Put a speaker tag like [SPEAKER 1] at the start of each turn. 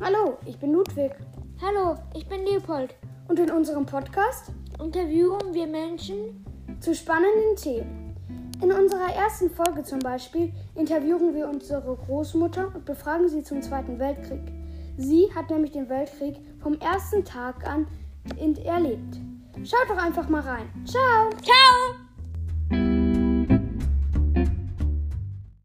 [SPEAKER 1] Hallo, ich bin Ludwig.
[SPEAKER 2] Hallo, ich bin Leopold.
[SPEAKER 1] Und in unserem Podcast
[SPEAKER 2] Interviewen wir Menschen.
[SPEAKER 1] zu spannenden Themen. In unserer ersten Folge zum Beispiel interviewen wir unsere Großmutter und befragen sie zum Zweiten Weltkrieg. Sie hat nämlich den Weltkrieg vom ersten Tag an in- erlebt. Schaut doch einfach mal rein. Ciao!
[SPEAKER 2] Ciao!